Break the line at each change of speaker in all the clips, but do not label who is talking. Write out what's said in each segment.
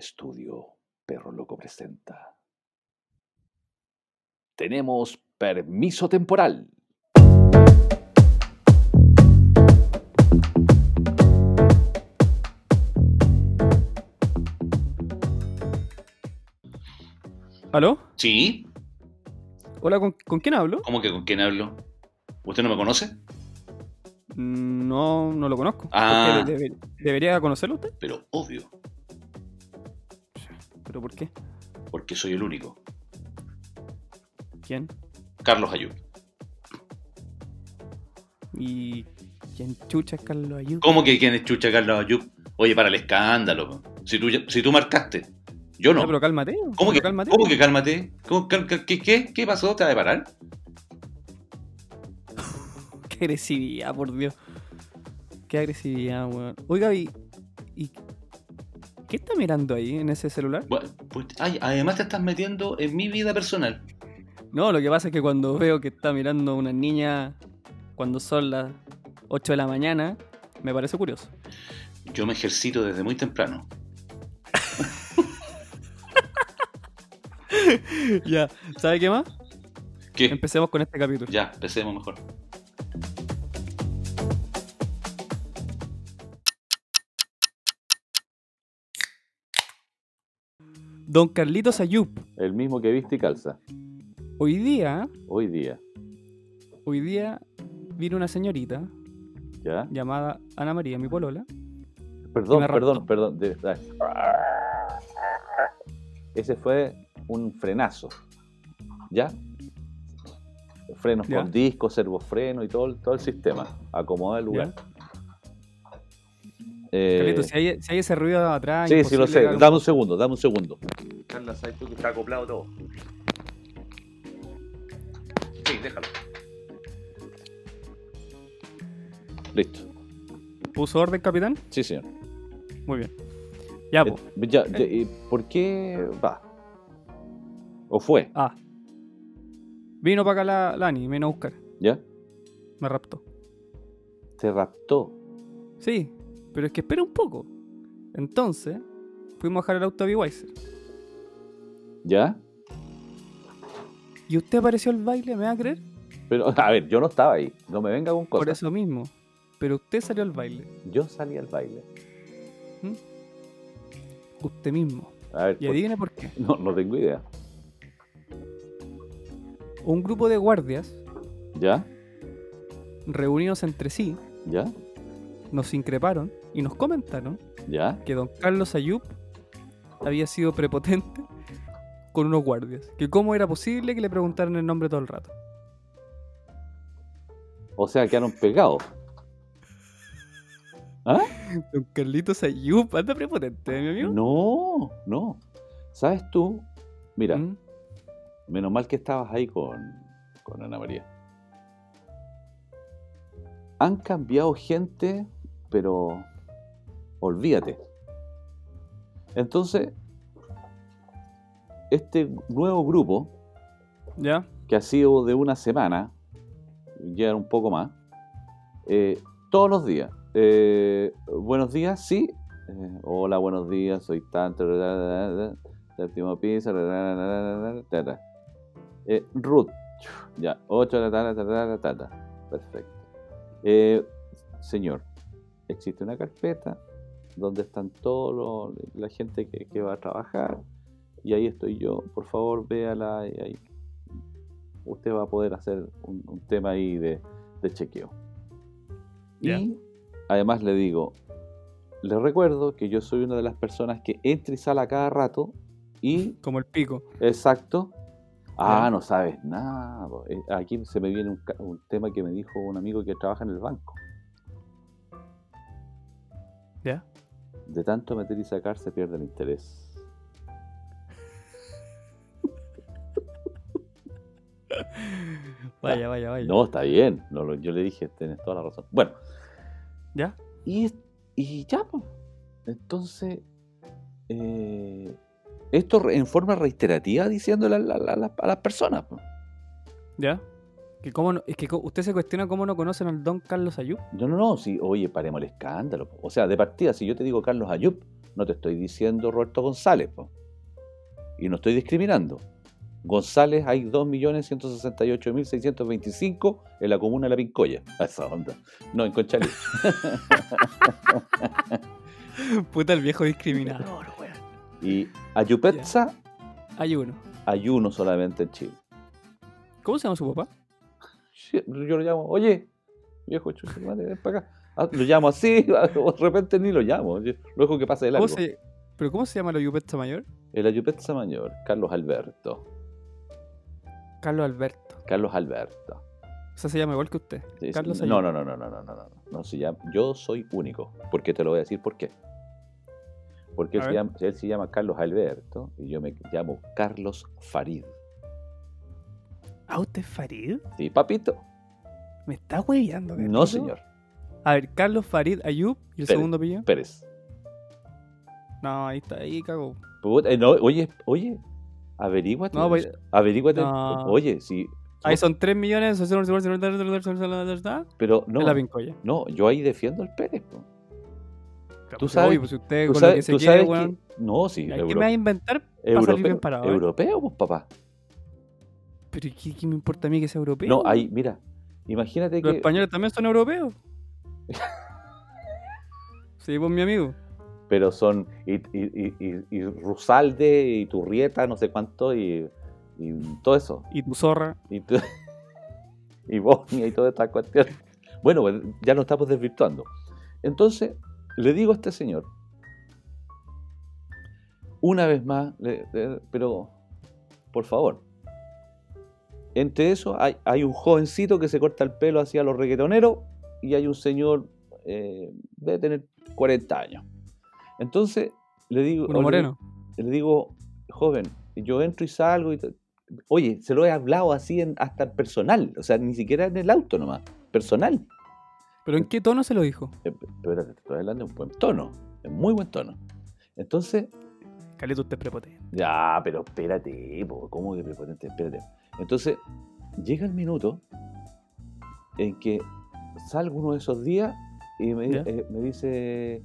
estudio, Perro Loco presenta. Tenemos permiso temporal.
¿Aló?
Sí,
Hola, ¿con, con quién hablo?
¿cómo que con quién hablo? ¿Usted no me conoce?
Mm, No, no lo conozco.
Ah.
¿Por qué? ¿Debe- ¿Debería conocerlo usted?
Pero obvio,
¿Pero por qué?
porque soy el único.
¿Quién?
Carlos Ayub.
¿Y quién chucha es Carlos Ayuda?
¿Cómo que quién es chucha Carlos Ayub? Oye, para el escándalo. po. Si tú, ya- si tú marcaste, yo no.
pero cálmate.
¿Cómo,
pero
que,
cálmate.
¿Cómo que cálmate? ¿Cómo- cal- cal- qué, qué- qué pasó? ¿Te vas a parar?
Qué agresividad, por Dios. Qué agresividad, weón. Oiga, ¿y, y qué está mirando ahí en ese celular?
Bueno, pues, ay, además te estás metiendo en mi vida personal.
No, lo que pasa es que cuando veo que está mirando una niña cuando son las 8 de la mañana, me parece curioso.
Yo me ejercito desde muy temprano.
ya, ¿sabe qué más?
¿Qué?
Empecemos con este capítulo.
Ya, empecemos mejor.
Don Carlitos Ayub,
El mismo que viste y calza,
hoy día,
hoy día,
hoy día vino una señorita
¿ya?
llamada Ana María, mi polola.
Perdón,
me
perdón,
raptó.
perdón. de- ay. Ese fue un frenazo, ¿ya? Frenos
¿Ya?
con disco, servofreno y todo, el- todo el sistema. Acomoda el lugar. Eh,
Carlitos, si hay, si hay ese ruido atrás.
sí, sí, lo
imposible
sé.
que haga-
Dame un segundo, dame un segundo.
Carlos Ayub está acoplado todo. Sí, déjalo.
Listo.
¿Puso orden, capitán?
Sí, señor.
Muy bien. Ya,
Eh,
po.
ya, ya, ¿y ¿Por qué va? ¿O fue?
Ah. Vino para acá la, la Ani, me vino a buscar.
¿Ya?
Me raptó.
Te raptó.
Sí, pero es que espera un poco. Entonces, fuimos a dejar el auto a Weiser.
¿Ya?
¿Y usted apareció al baile, me va a creer?
Pero, a ver, yo no estaba ahí. No me venga con
Por
cosas.
eso mismo. Pero usted salió al baile,
Yo salí al baile.
usted mismo.
A ver,
Y
por-
adivine por qué.
no, no tengo idea.
Un grupo de guardias
¿Ya?
reunidos entre sí,
¿Ya?
nos increparon y nos comentaron
¿Ya?
que don Carlos Ayub había sido prepotente con unos guardias. Que cómo era posible que le preguntaran el nombre todo el rato.
O sea, quedaron pegados. ¿Ah?
Don Carlitos Ayub, anda prepotente, ¿eh, mi amigo.
No, no. ¿Sabes tú? Mira,
Mm,
menos mal que estabas ahí con, con Ana María. Han cambiado gente, pero olvídate. Entonces, este nuevo grupo
Ya,
que ha sido de una semana, ya un poco más, eh, todos los días. eh, buenos días, sí. eh, hola, buenos días, soy tanto. la, la, la, la, séptimo piso. la, la, la, la, la, la, ta, ta. Eh, Ruth. Ya, 8 de la tarde. ta, ta, ta, ta, ta. Perfecto. Eh, señor, existe una carpeta donde están todos los- la gente que, que va a trabajar. Y ahí estoy yo. Por favor, véala. y ahí usted va a poder hacer un, un tema ahí de, de chequeo.
Ya.
Y además le digo, le recuerdo que yo soy una de las personas que entra y sale a cada rato y
como el pico.
Exacto. Ah,
Ya.
no sabes nada. po. Eh, Aquí se me viene un, ca- un tema que me dijo un amigo que trabaja en el banco.
Ya.
De tanto meter y sacar se pierde el interés.
Vaya, vaya, vaya.
No, está bien. No, lo- yo le dije, tienes toda la razón. Bueno,
¿Ya?
y, y ya. po. Entonces, eh, esto re- en forma reiterativa diciéndole a, la- la- la- a las personas. po.
¿Ya? Que cómo no- es que co- usted se cuestiona cómo no conocen al don Carlos Ayub.
No, no, no, sí, oye, paremos el escándalo. po. O sea, de partida, si yo te digo Carlos Ayub, No te estoy diciendo Roberto González, po. y no estoy discriminando. González hay 2.168.625 en la comuna de La Pincoya. A esa onda. No, en Conchalí.
Puta el viejo discriminador, weón.
Y Ayupetza
Hay uno.
hay uno solamente en Chile.
¿Cómo se llama su papá?
Sí, Yo lo llamo, oye, viejo chucho, madre, ven para acá. Ah, lo llamo así, o de repente ni lo llamo. yo Lo dejo que pase de largo.
¿Cómo se- ¿Pero cómo se llama la yupeta mayor?
El Ayupetza Mayor, Carlos Alberto.
Carlos Alberto.
Carlos Alberto.
O sea, se llama igual que usted.
Sí, sí,
Carlos
no,
Ayub.
no, no, no, no, no, no, no. no se llama, yo soy único. Porque te lo voy a decir por qué. Porque él
A
se,
ver.
llama, él se llama Carlos Alberto y yo me llamo Carlos Farid.
¿Ah, usted es Farid?
Sí, papito.
¿Me está hueveando?
No,
gatito?
señor.
A ver, Carlos Farid Ayub y el
Pérez.
segundo pillo.
Pérez.
No, ahí está, ahí cago.
Puta, eh, no, oye, oye, averíguate.
No, pues-
averíguate.
No.
Oye, sí.
Ahí son 3 millones. En
Pero no,
la pincoya.
no, yo ahí defiendo al Pérez. po.
Pues,
sabes-
obvio, pues, si usted
Tú
con lo que
sabes,
se
tú
quiere,
sabes
weón,
que. No, sí,
¿a ¿Qué
euro-
me va a inventar para salir bien
europeo,
parado? eh?
europeo, pues, papá.
Pero ¿y ¿qué, qué me importa a mí que sea europeo?
No,
weón?
ahí, mira, imagínate
Los
que.
españoles también son europeos. sí, pues mi amigo.
Pero son. Y, y, y, y, y Rusalde, y Turrieta, no sé cuánto, y, y todo eso.
Y tu zorra.
Y, tú- y Bosnia y toda esta cuestión. Bueno, pues, ya nos estamos desvirtuando. Entonces, le digo a este señor, una vez más, le- le- pero por favor, entre eso hay, hay un jovencito que se corta el pelo hacia los reggaetoneros y hay un señor, eh, debe tener 40 años. Entonces, le digo...
Uno
o le-
moreno.
le digo, joven, yo entro y salgo y... t- Oye, se lo he hablado así en, hasta personal, o sea, ni siquiera en el auto nomás, personal.
¿Pero en qué tono se lo dijo?
Eh, Pero espérate, te estoy hablando en buen tono, en muy buen tono. Entonces,
Caleta, usted es prepotente.
ya, pero espérate, po, ¿cómo que prepotente? Espérate. Entonces, llega el minuto en que salgo uno de esos días y me,
Ya.
eh, me dice,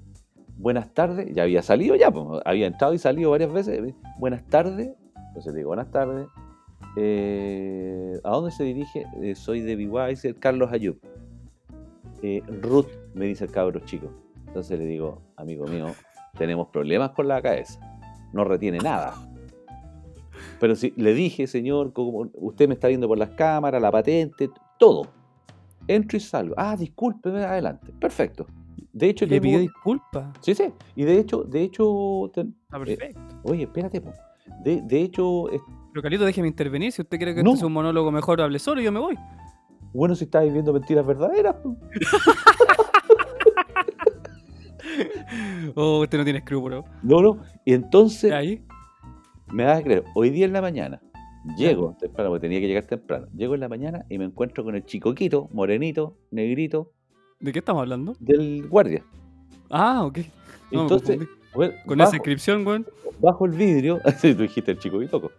buenas tardes, ya había salido ya, po, había entrado y salido varias veces, y me dice, buenas tardes, entonces le digo, buenas tardes, eh, ¿a dónde se dirige? "Eh, soy de Biwise, Carlos Ayub. Eh, Ruth, me dice el cabro chico. Entonces le digo, amigo mío, tenemos problemas con la cabeza no retiene nada. Pero si le dije, señor, como usted me está viendo por las cámaras, la patente, todo. Entro y salgo. Ah, discúlpeme, adelante. Perfecto. De hecho,
Le pidió
tengo-
disculpas.
Sí, sí. Y de hecho, de hecho, ten-
Está perfecto.
oye, espérate, po. De, de hecho, es-
Pero Calito, déjeme intervenir. Si usted quiere que
No.
esto sea un monólogo mejor, hable solo y yo me voy.
bueno, si estáis viendo mentiras verdaderas, po.
Oh, usted no tiene escrúpulo.
no, no. Y entonces,
Ahí.
me vas a creer, hoy día en la mañana, llego temprano, porque tenía que llegar temprano, llego en la mañana y me encuentro con el chicoquito, morenito, negrito,
¿De qué estamos hablando?
del guardia.
Ah, ok. No,
Entonces,
me confundí.
Bueno,
Con
bajo,
esa inscripción, weón.
bajo el vidrio, así tú dijiste el chico bitoco,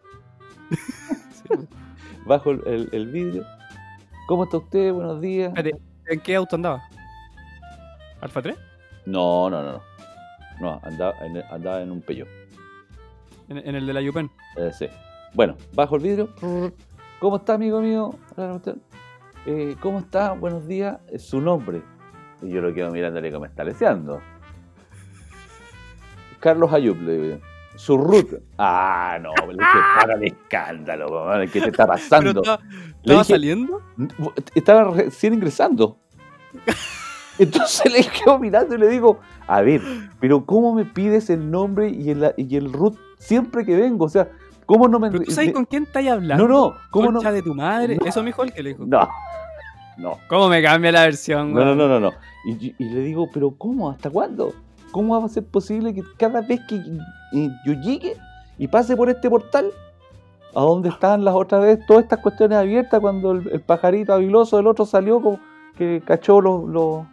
Sí.
bajo el, el- el vidrio, ¿cómo está usted? Buenos días.
Espérate, ¿en qué auto andaba? ¿Alfa 3?
No, no, no, no, no, andaba en, andaba en un pello.
¿En, en el de la Yupen?
Eh, sí. Bueno, bajo el vidrio. ¿Cómo está, amigo mío? Eh, ¿Cómo está? Buenos días. Eh, Su nombre. Y yo lo quedo mirándole como está leseando. Carlos Ayub, le digo yo. Su ruta. Ah, no, le dije, para el escándalo, weón, ¿qué te está
¿Pero
pasando?
estaba,
Le
estaba
dije,
saliendo?
estaba recién ingresando. Entonces le quedo mirando y le digo, a ver, pero ¿cómo me pides el nombre y el, y el root siempre que vengo? O sea, ¿cómo no me...
¿Pero tú sabes con quién estás hablando?
No, no, ¿cómo no?
Concha de tu madre.
No.
Eso me dijo el que le dijo.
No, no,
¿Cómo me cambia la versión,
no, no,
weón?
no, no. no. Y, y le digo, pero ¿cómo? ¿Hasta cuándo? ¿Cómo va a ser posible que cada vez que eh, yo llegue y pase por este portal, a donde estaban las otras veces todas estas cuestiones abiertas, cuando el, el pajarito habiloso del otro salió, como que cachó los, los,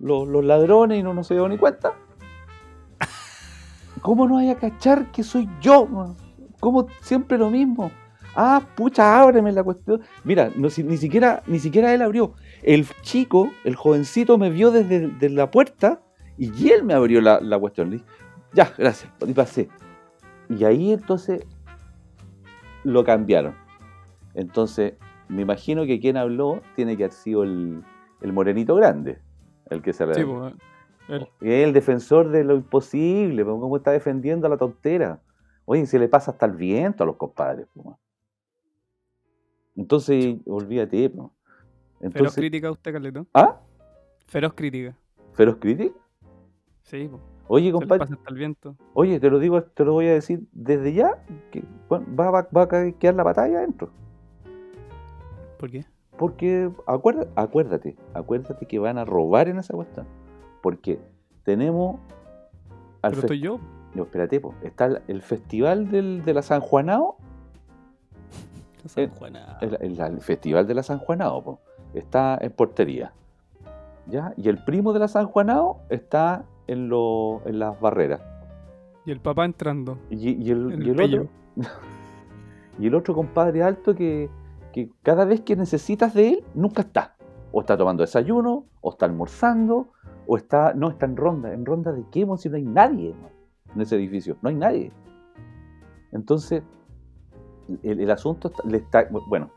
los- los ladrones y no, no se dio ni cuenta? ¿Cómo no vaya a cachar que soy yo? man? ¿Cómo siempre lo mismo? Ah, pucha, ábreme la cuestión. Mira, no, si- ni, siquiera, ni siquiera él abrió. El chico, el jovencito, me vio desde, desde la puerta y él me abrió la, la cuestión. Le dije, Ya, gracias. Y pasé. Y ahí entonces lo cambiaron. Entonces, me imagino que quien habló tiene que haber sido el, el morenito grande, el que se
Sí,
le
pues, él.
es el defensor de lo imposible, po, cómo está defendiendo a la tontera. Oye, se le pasa hasta el viento a los compadres. po, man. Entonces, olvídate. po.
Feroz
Entonces,
crítica usted, Carleto.
¿Ah?
Feroz crítica.
¿Feroz Critic?
Sí, pues.
Oye,
Se le
compadre,
pasa hasta el viento.
oye, te lo digo, te lo voy a decir desde ya, que bueno, va, va- va a ca- quedar la batalla adentro.
¿Por qué?
Porque acuerda- acuérdate, acuérdate que van a robar en esa cuestión. Porque tenemos al
Pero
fes-
estoy yo.
No, espérate, po, está el, el festival del, de la San Juanao
San
Eh,
Juana.
el, el- el Festival de la San Juanao, po. está en portería. ¿ya? Y el primo de la San Juanao está en, lo- en las barreras.
Y el papá entrando.
Y, y el,
En
y
el
el
pello.
otro, y el otro compadre alto que, que cada vez que necesitas de él, nunca está. O está tomando desayuno, o está almorzando, o está. No, está en ronda. ¿En ronda de qué, mon? Si no hay nadie mon, en ese edificio. No hay nadie. Entonces, el, el asunto está- le está. Bueno,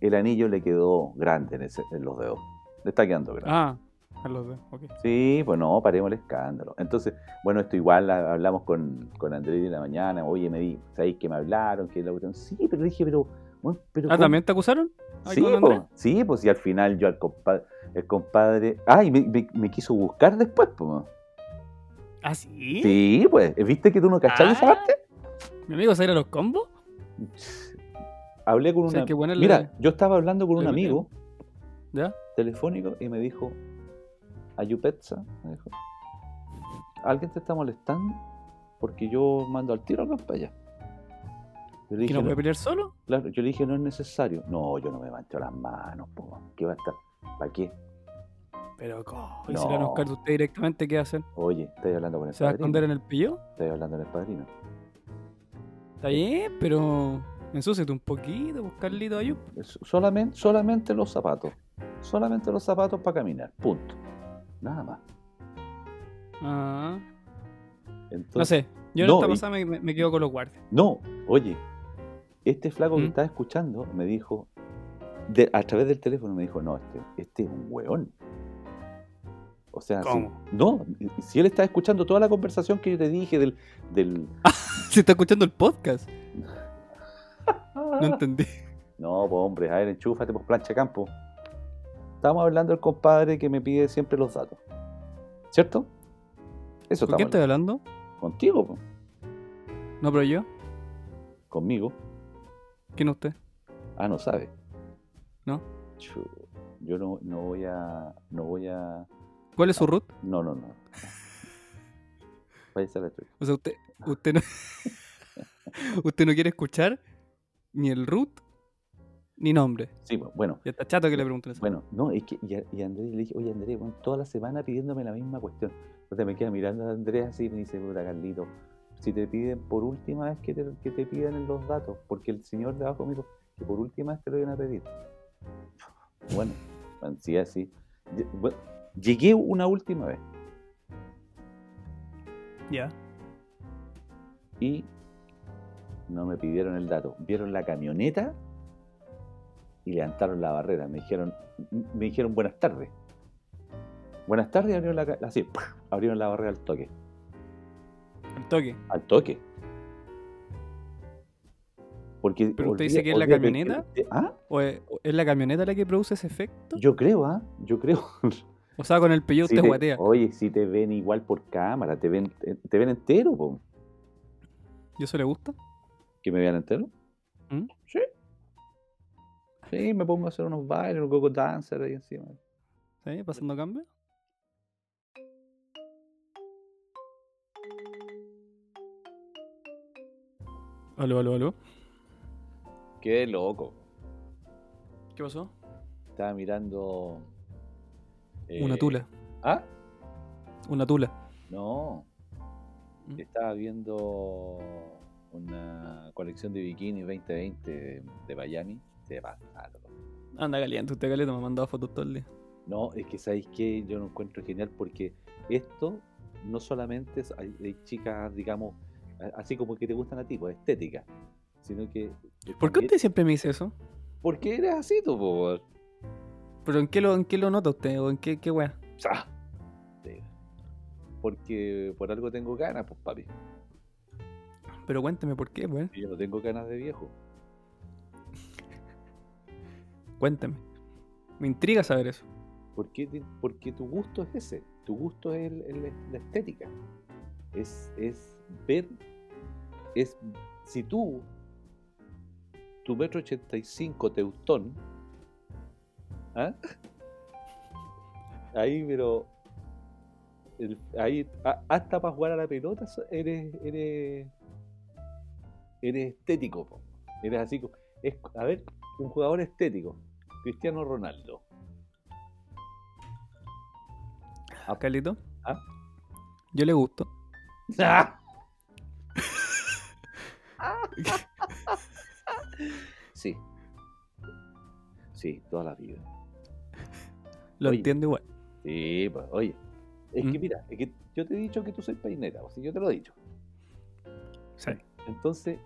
el anillo le quedó grande en, ese- en los dedos. Le está quedando grande.
Ah, a los dos. Ok.
Sí, pues no, paremos el escándalo. Entonces, bueno, esto igual la- hablamos con, con Andrés en la mañana. Oye, me di, ¿sabéis que me hablaron? que la cuestión? Sí, pero le dije, pero. bueno, pero
Ah,
¿cómo?
¿también te acusaron? Ahí
Sí,
con
pues,
Andrés.
sí, pues, y al final yo al compadre. El compadre. Ay, me, me- me quiso buscar después, pues.
¿Ah, sí?
Sí, pues. ¿Viste que tú no cachaste esa
Ah.
parte?
¿Mi amigo se irá a los combos?
Hablé con
O sea,
una.
hay que ponerle-
Mira, yo estaba hablando con un
le
amigo
¿Ya?
telefónico y me dijo. Ayupetsa, me dijo. ¿Alguien te está molestando? Porque yo mando al tiro acá para allá. Yo le
¿Que
dije,
no
"No".
puede pelear solo?
Claro, yo le dije, no es necesario. No, yo no me mancho las manos, po, ¿qué va a estar? ¿Para qué?
Pero, ¿cómo? ¿Y
No.
si le van a buscar de usted directamente, qué va a hacer?
Oye, estoy hablando con el
¿Se va a esconder
padrino.
en el pillo?
Estoy hablando con el padrino.
Está bien, pero ensúciate un poquito, pues, Carlito Ayub.
Es- Solamente, solamente los zapatos. Solamente los zapatos para caminar. Punto. Nada más.
Ah,
Entonces,
no sé, yo en
No,
esta
y-
pasada me, me- me quedo con los guardias.
No, oye, este flaco
¿Mm?
que estaba escuchando me dijo, de- a través del teléfono me dijo, no, este, este es un weón. O sea, si-
¿Cómo?
no, si él está escuchando toda la conversación que yo te dije del... del
Se está escuchando el podcast. No entendí.
No, pues hombre, a ver, enchúfate, pues plancha campo. Estamos hablando del compadre que me pide siempre los datos. ¿Cierto? Eso
¿Con
estamos
quién estoy hablando?
hablando. contigo, pues, po.
No, pero yo.
conmigo.
¿Quién es usted?
Ah, no sabe.
No.
Chu, Yo no, no voy a. No voy a.
¿Cuál es
Ah.
su root?
No, no, no. Váyase a la chucha.
O sea, usted, usted no. usted no quiere escuchar ni el root ni nombre.
Sí, bu- bueno.
Ya está chato que le pregunten eso.
Bueno, no, es que. Y, a- y a Andrés le dije, oye Andrés, bueno, toda la semana pidiéndome la misma cuestión. Entonces me queda mirando a Andrés así y me dice, puta Carlito, si te piden por última vez que te, que te pidan los datos, porque el señor de abajo me dijo que por última vez te lo iban a pedir. Bueno, man, sí, así. Lle- bueno, Llegué una última vez
Ya.
y no me pidieron el dato. Vieron la camioneta y levantaron la barrera. Me dijeron, me dijeron buenas tardes. Buenas tardes, y abrieron la, ca- así, ¡puf! abrieron la barrera al toque.
Al toque.
Al toque. Porque
¿Pero usted
olvida-
dice que es la
olvídate que-
camioneta?
que- ah,
¿O es, o es la camioneta la que produce ese efecto?
yo creo, ¿ah? Yo creo.
O sea, con el pillo
Si
usted
te-
guatea.
oye, si te ven igual por cámara, te ven, te, te ven entero, po.
¿Y eso le gusta?
¿Que me vean entero?
¿Mm?
Sí. Sí, me pongo a hacer unos bailes, un coco dancer ahí encima.
¿Sí? ¿Pasando cambio? Aló, aló, aló.
Qué loco.
¿Qué pasó?
Estaba mirando. eh,
Una tula.
¿Ah?
Una tula.
No.
¿Mm?
Estaba viendo una colección de bikinis 2020 de, de Miami. Se ah, pasaron.
Anda caliente, usted caliente me ha mandado fotos todo el día.
No, es que sabéis que yo lo encuentro genial porque esto no solamente es- hay, hay chicas, digamos, a- así como que te gustan a ti, pues estéticas, sino que...
¿Por qué usted siempre me dice eso?
¿Por qué eres así tú, po, weón?
¿Pero en qué lo, en qué lo nota usted? ¿O en qué, qué weá?
Sa. Sí. Porque por algo tengo ganas, pues papi.
Pero cuénteme por qué, weón.
Y yo no tengo ganas de viejo.
Cuénteme. Me intriga saber eso.
¿Por qué te- Porque tu gusto es ese. Tu gusto es el- el- la estética. Es, es ver. Es, si tú, tu metro 85 teutón, ¿ah? ahí, pero. el- ahí, a- hasta para jugar a la pelota so- eres. Eres, eres estético. po. Eres así. co- Es, a ver, un jugador estético. Cristiano Ronaldo.
¿A Carlito?
¿Ah?
Yo le gusto.
sí. Sí, toda la vida.
Lo
Oye.
entiendo igual.
Sí, pues, oye. Es que
¿Mm?
mira, es que yo te he dicho que tú soy peineta, o sea, yo te lo he dicho.
Sí.
Entonces,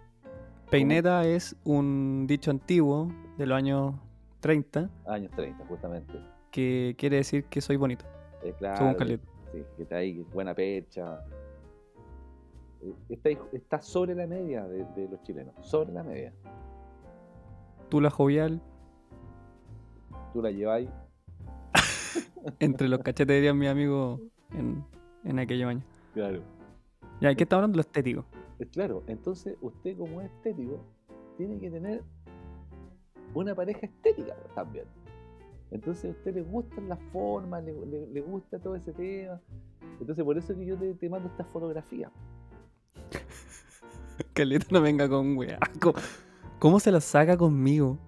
Peineta es un dicho antiguo de los años 30
años 30, justamente.
que quiere decir que soy bonito.
Eh, claro,
según Carlito.
sí, que está ahí, buena percha. Eh, Está, ahí- está sobre la media de, de los chilenos, sobre la media.
Tula jovial
Tú la lleváis
entre los cachetes de mi amigo en, en aquellos años.
Claro.
Ya, ¿qué está hablando? Lo estético.
Eh, Claro, entonces usted como es estético tiene que tener una pareja estética también. Entonces a usted le gustan las formas, le, le- le gusta todo ese tema. Entonces por eso que yo te, te mando estas fotografías.
Caleta no venga con weá. Co- ¿Cómo se la saca conmigo?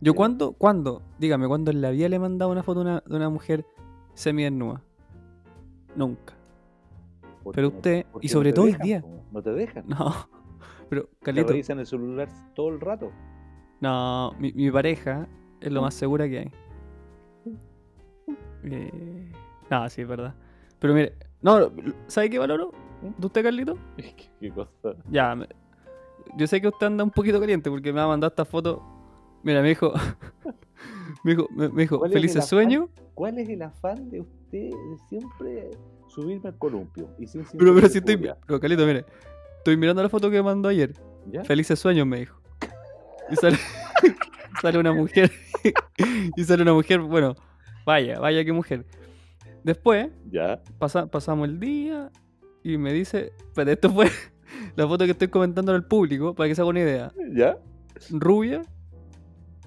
Yo
Sí.
cuándo, cuándo, dígame, cuándo en la vida le he mandado una foto a una- de una mujer semidesnuda. Nunca.
porque
Pero
no-
usted,
porque
y sobre
te
todo hoy
dejan,
día.
po, No te dejan.
No. Pero,
Te
Caleta,
revisan el celular todo el rato.
no, mi, mi pareja es lo más segura que hay. Eh, no, sí, es verdad. Pero mire, no, ¿sabe qué valoro? ¿De usted, Carlito?
¿Qué, qué cosa?
Ya, me- yo sé que usted anda un poquito caliente porque me ha mandado esta foto. Mira, me dijo, me dijo, me, me dijo
¿Cuál es el
felices
afán?
sueños.
¿Cuál es el afán de usted de siempre subirme al columpio? Y sin cinturón
Pero, pero
de
si estoy,
seguridad?
pero Calito, mire, estoy mirando la foto que me mandó ayer.
¿Ya?
Felices sueños, me dijo. Y sale, sale una mujer. y sale una mujer, bueno, vaya, vaya qué mujer. Después,
¿Ya?
pasa- pasamos el día y me dice, pero esto fue la foto que estoy comentando al público para que se haga una idea.
¿Ya?
rubia,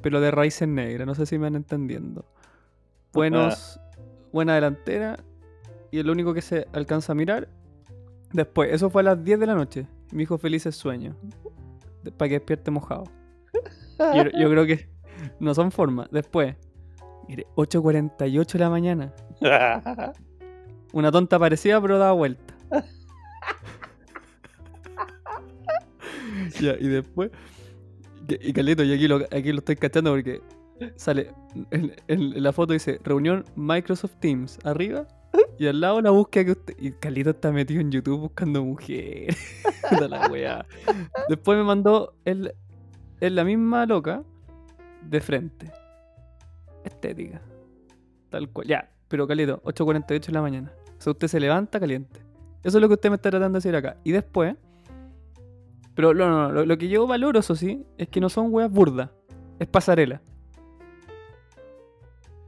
pero de raíces negras. No sé si me van entendiendo. Buenos, buena delantera. Y el único que se alcanza a mirar. Después, eso fue a las 10 de la noche. Mi hijo felices sueños. Para que despierte mojado. Yo, yo creo que no son formas. Después, mire, 8.48 de la mañana. Una tonta parecida, pero da vuelta. Ya, y después. que- Y Carlito, y aquí lo, aquí lo estoy cachando porque sale. En, en la foto dice reunión Microsoft Teams arriba y al lado la búsqueda que usted. Y Carlito está metido en YouTube buscando mujeres. Puta la weá. Después me mandó. el- Es la misma loca de frente. Estética. Tal cual. Ya, pero Calito, 8.48 de la mañana. O sea, usted se levanta caliente. Eso es lo que usted me está tratando de decir acá. Y después. Pero no, no, no, lo, lo que yo valoro, eso sí, es que no son weas burdas. Es pasarela.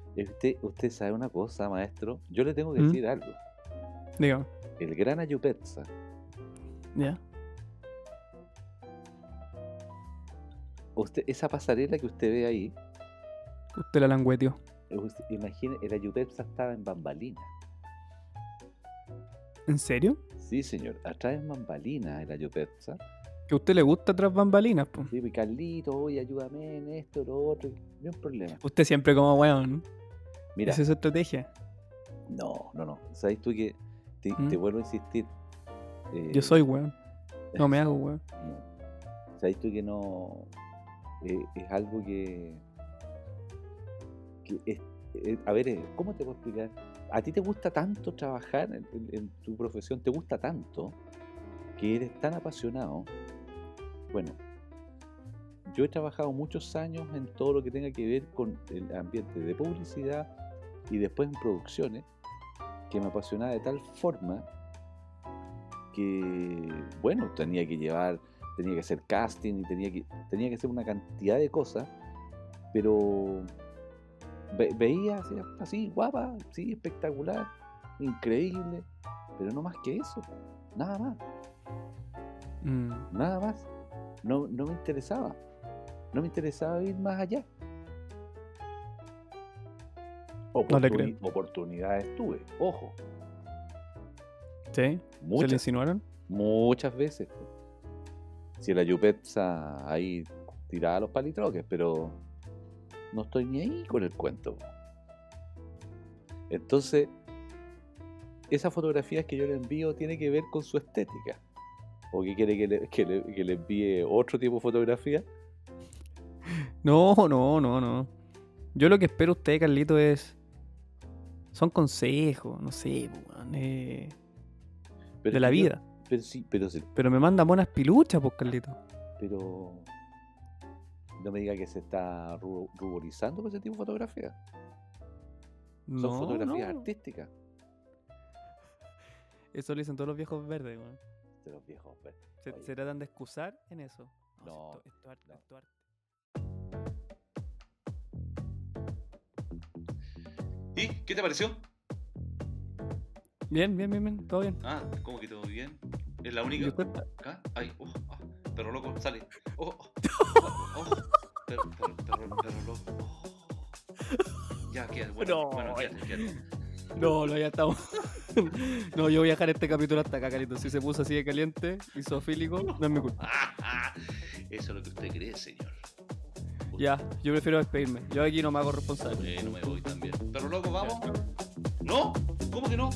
Usted, Este, usted sabe una cosa, maestro. Yo le tengo que
¿Mm?
decir algo.
Digamos.
El gran Ayupetza
Ya.
Usted, esa pasarela que usted ve ahí,
Usted la langueteó.
eh, usted- imagine, el Ayupetza estaba en bambalina.
¿En serio?
Sí, señor, atrás en bambalina el Ayupetza.
Que a usted le gusta tras bambalinas, po.
Sí, pues, Carlito, oye, ayúdame en esto, lo otro. No hay problema.
Usted siempre como weón.
Mira,
Esa es su estrategia.
no, no, no. ¿Sabes tú que te,
¿Mm?
te vuelvo a insistir? eh,
Yo soy weón. No me hago weón.
No. ¿Sabes tú que no? eh, es algo que. que es- eh, a ver, eh, ¿cómo te puedo explicar? a ti te gusta tanto trabajar en, en- en tu profesión, te gusta tanto que eres tan apasionado. Bueno, yo he trabajado muchos años en todo lo que tenga que ver con el ambiente de publicidad y después en producciones que me apasionaba de tal forma que, bueno, tenía que llevar, tenía que hacer casting y tenía que, tenía que hacer una cantidad de cosas, pero ve- veía así, así, guapa, sí, espectacular, increíble, pero no más que eso, nada más
Mm.
nada más. No, no me interesaba. No me interesaba ir más allá.
No le
Oportuni- Oportunidades tuve, ojo,
¿Sí? ¿Se le
muchas,
insinuaron?
muchas veces. Si la Yupetsa ahí tiraba los palitroques, pero no estoy ni ahí con el cuento. Entonces, esas fotografías que yo le envío tiene que ver con su estética. O que quiere que le- que le- que le envíe otro tipo de fotografía.
No, no, no, no. Yo lo que espero de usted, Carlito, es. Son consejos, no sé, po, weón, eh,
Pero
de
es
la
que yo-
vida.
pero sí, pero sí,
Pero me manda monas piluchas, pues, Carlito.
pero no me diga que se está ru- ruborizando con ese tipo de fotografías. Son
No,
fotografías
no.
artísticas
Eso lo dicen todos los viejos verdes, weón.
de los viejos. pues. pero-
Se,
Oye.
se tratan de excusar en eso.
No,
si esto- esto arte,
no.
esto arte.
¿Y qué te pareció?
Bien, bien, bien, bien, todo bien.
Ah, ¿cómo que todo bien? ¿Es la
¿Y
única?
usted?
¿Acá? Ay, oh, ah, perro loco, sale. Oh, oh, oh, oh, perro, perro, perro, perro loco. oh. Ya, quédate, bueno,
No,
bueno, quédate, quédate.
No, no, ya estamos. no, yo voy a dejar este capítulo hasta acá, Carlito. Si se puso así de caliente, isofílico, no es mi culpa.
Ah, ah, Eso es lo que usted cree, señor.
Ya, yo prefiero despedirme. Yo
eh,
aquí no me hago responsable.
Bueno, me voy también. Perro loco, vamos. ¿No? ¿Cómo que no?